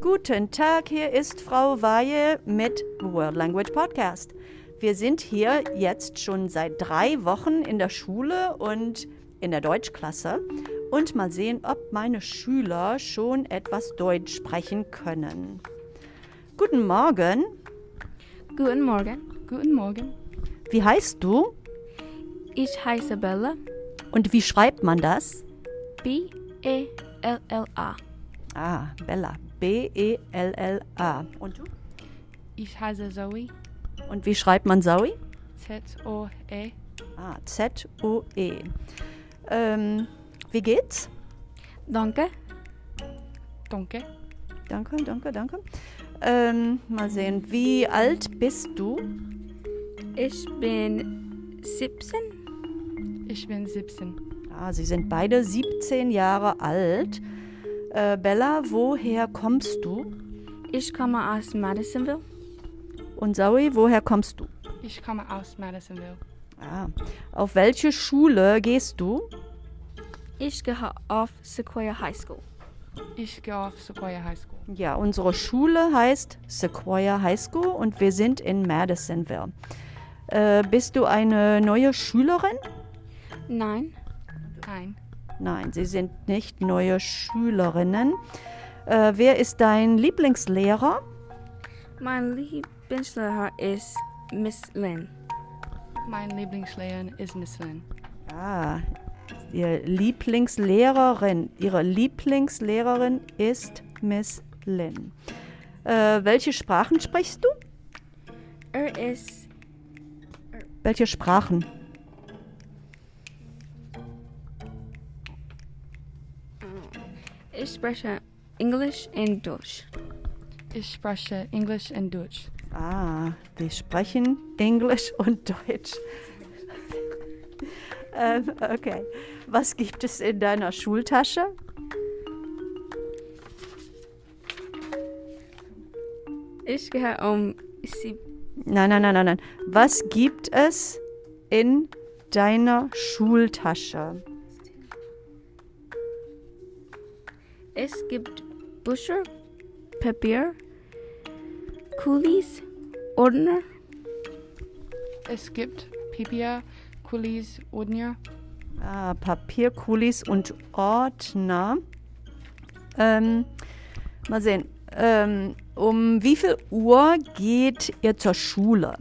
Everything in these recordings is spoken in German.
Guten Tag, hier ist Frau Weihe mit World Language Podcast. Wir sind hier jetzt schon seit drei Wochen in der Schule und in der Deutschklasse und mal sehen, ob meine Schüler schon etwas Deutsch sprechen können. Guten Morgen, Guten Morgen. Guten Morgen. wie heißt du Ich heiße Bella. und wie schreibt man das? E B-E-L-L-A. Ah, Bella. E B-E-L-L-A. Und du? Ich heiße Zoe. Und wie schreibt man Zoe? Z-O-E. Ah, Z-O-E. E. Ähm, wie geht's? Danke. Danke. Danke, danke, danke. Ähm, mal sehen, wie alt bist du? Ich bin 17. Ich bin 17. Ah, sie sind beide 17 Jahre alt. Äh, Bella, woher kommst du? Ich komme aus Madisonville. Und Zoe, woher kommst du? Ich komme aus Madisonville. Ah, auf welche Schule gehst du? Ich gehe auf Sequoia High School. Ich gehe auf Sequoia High School. Ja, unsere Schule heißt Sequoia High School und wir sind in Madisonville. Äh, bist du eine neue Schülerin? Nein. Nein. Nein, sie sind nicht neue Schülerinnen. Äh, wer ist dein Lieblingslehrer? Mein Lieblingslehrer ist Miss Lin. Mein Lieblingslehrer ist Miss Lin. Ah, ihre Lieblingslehrerin. Ihre Lieblingslehrerin ist Miss Lin. Äh, welche Sprachen sprichst du? Er ist Welche Sprachen? ich spreche Englisch und Deutsch. Ich spreche Englisch und Deutsch. Ah, wir sprechen Englisch und Deutsch. ähm, okay. Was gibt es in deiner Schultasche? Ich gehe um sie Nein, nein, nein, nein, nein. Was gibt es in deiner Schultasche? Es gibt Bücher, Papier, Kulis, Ordner. Es gibt Pipia, Kulis, Udnir. Ah, Papierkulis und Ordner. Ähm, mal sehen. Ähm, um wie viel Uhr geht ihr zur Schule?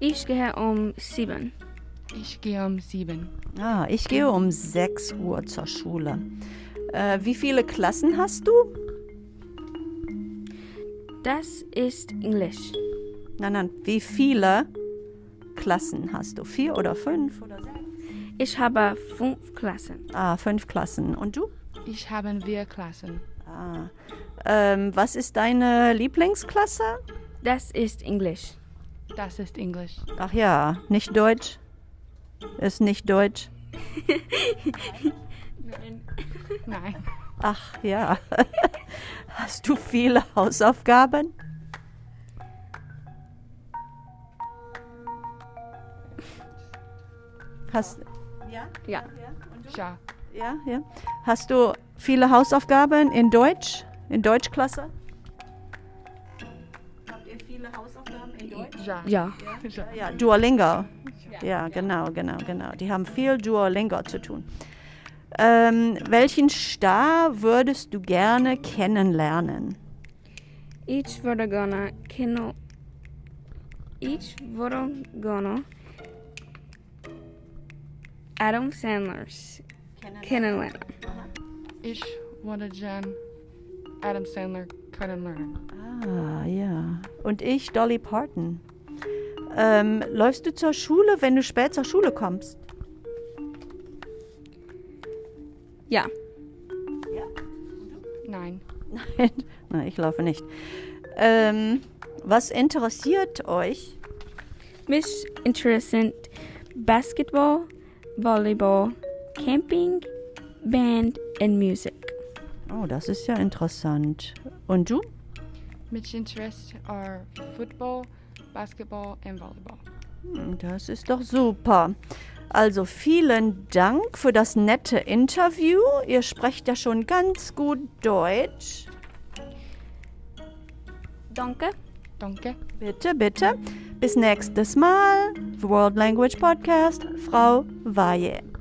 Ich gehe um sieben. Ich gehe um sieben. Ah, ich gehe um 6 Uhr zur Schule. Äh, wie viele Klassen hast du? Das ist Englisch. Nein, nein, wie viele Klassen hast du? Vier oder fünf? Oder sechs? Ich habe fünf Klassen. Ah, fünf Klassen. Und du? Ich habe vier Klassen. Ah. Ähm, was ist deine Lieblingsklasse? Das ist Englisch. Das ist Englisch. Ach ja, nicht Deutsch. Ist nicht Deutsch. Nein. Ach ja. Hast du viele Hausaufgaben? Hast ja, Ja, Ja. ja, ja. Hast du viele Hausaufgaben in Deutsch? In Deutschklasse? Habt ihr viele Hausaufgaben in Deutsch? Ja. ja. Ja. Ja, Duolingo. Ja, genau, genau, genau. Die haben viel Duolingo zu tun. Ähm, welchen Star würdest du gerne kennenlernen? Ich würde gerne Kino. Ich würde gerne Adam Sandlers kennenlernen. Ich würde Jan Adam Sandler kennenlernen. Ah, ja. Und ich, Dolly Parton. Ähm, läufst du zur Schule, wenn du spät zur Schule kommst? Ja, Nein. Nein, Nein ich laufe nicht. Ähm, was interessiert euch? mich interessiert Basketball, Volleyball, Camping, Band und Musik. Oh, das ist ja interessant. Und du? Mich interessiert are Football, Basketball und Volleyball. Hm, Das ist doch super. Also vielen Dank für das nette Interview. Ihr sprecht ja schon ganz gut Deutsch. Danke. Danke. Bitte, bitte. Bis nächstes Mal. The World Language Podcast. Frau Valle.